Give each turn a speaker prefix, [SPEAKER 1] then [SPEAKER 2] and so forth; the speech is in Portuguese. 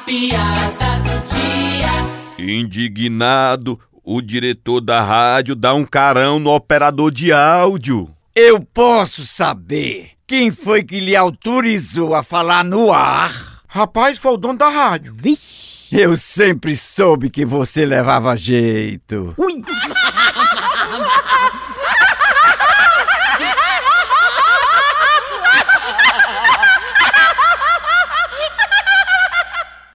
[SPEAKER 1] piada do dia.
[SPEAKER 2] Indignado, o diretor da rádio dá um carão no operador de áudio.
[SPEAKER 3] Eu posso saber quem foi que lhe autorizou a falar no ar?
[SPEAKER 4] Rapaz, foi o dono da rádio.
[SPEAKER 3] Eu sempre soube que você levava jeito.